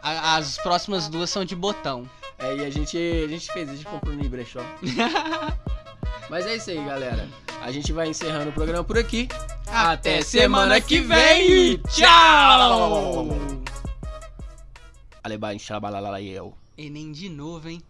[SPEAKER 2] A- As próximas duas são de botão.
[SPEAKER 1] É, e a gente, a gente fez isso, a gente comprou no brechó. Mas é isso aí, galera. A gente vai encerrando o programa por aqui. Até semana que vem.
[SPEAKER 2] Tchau!
[SPEAKER 1] Aleba, inxalabalala, eu.
[SPEAKER 2] Enem de novo, hein?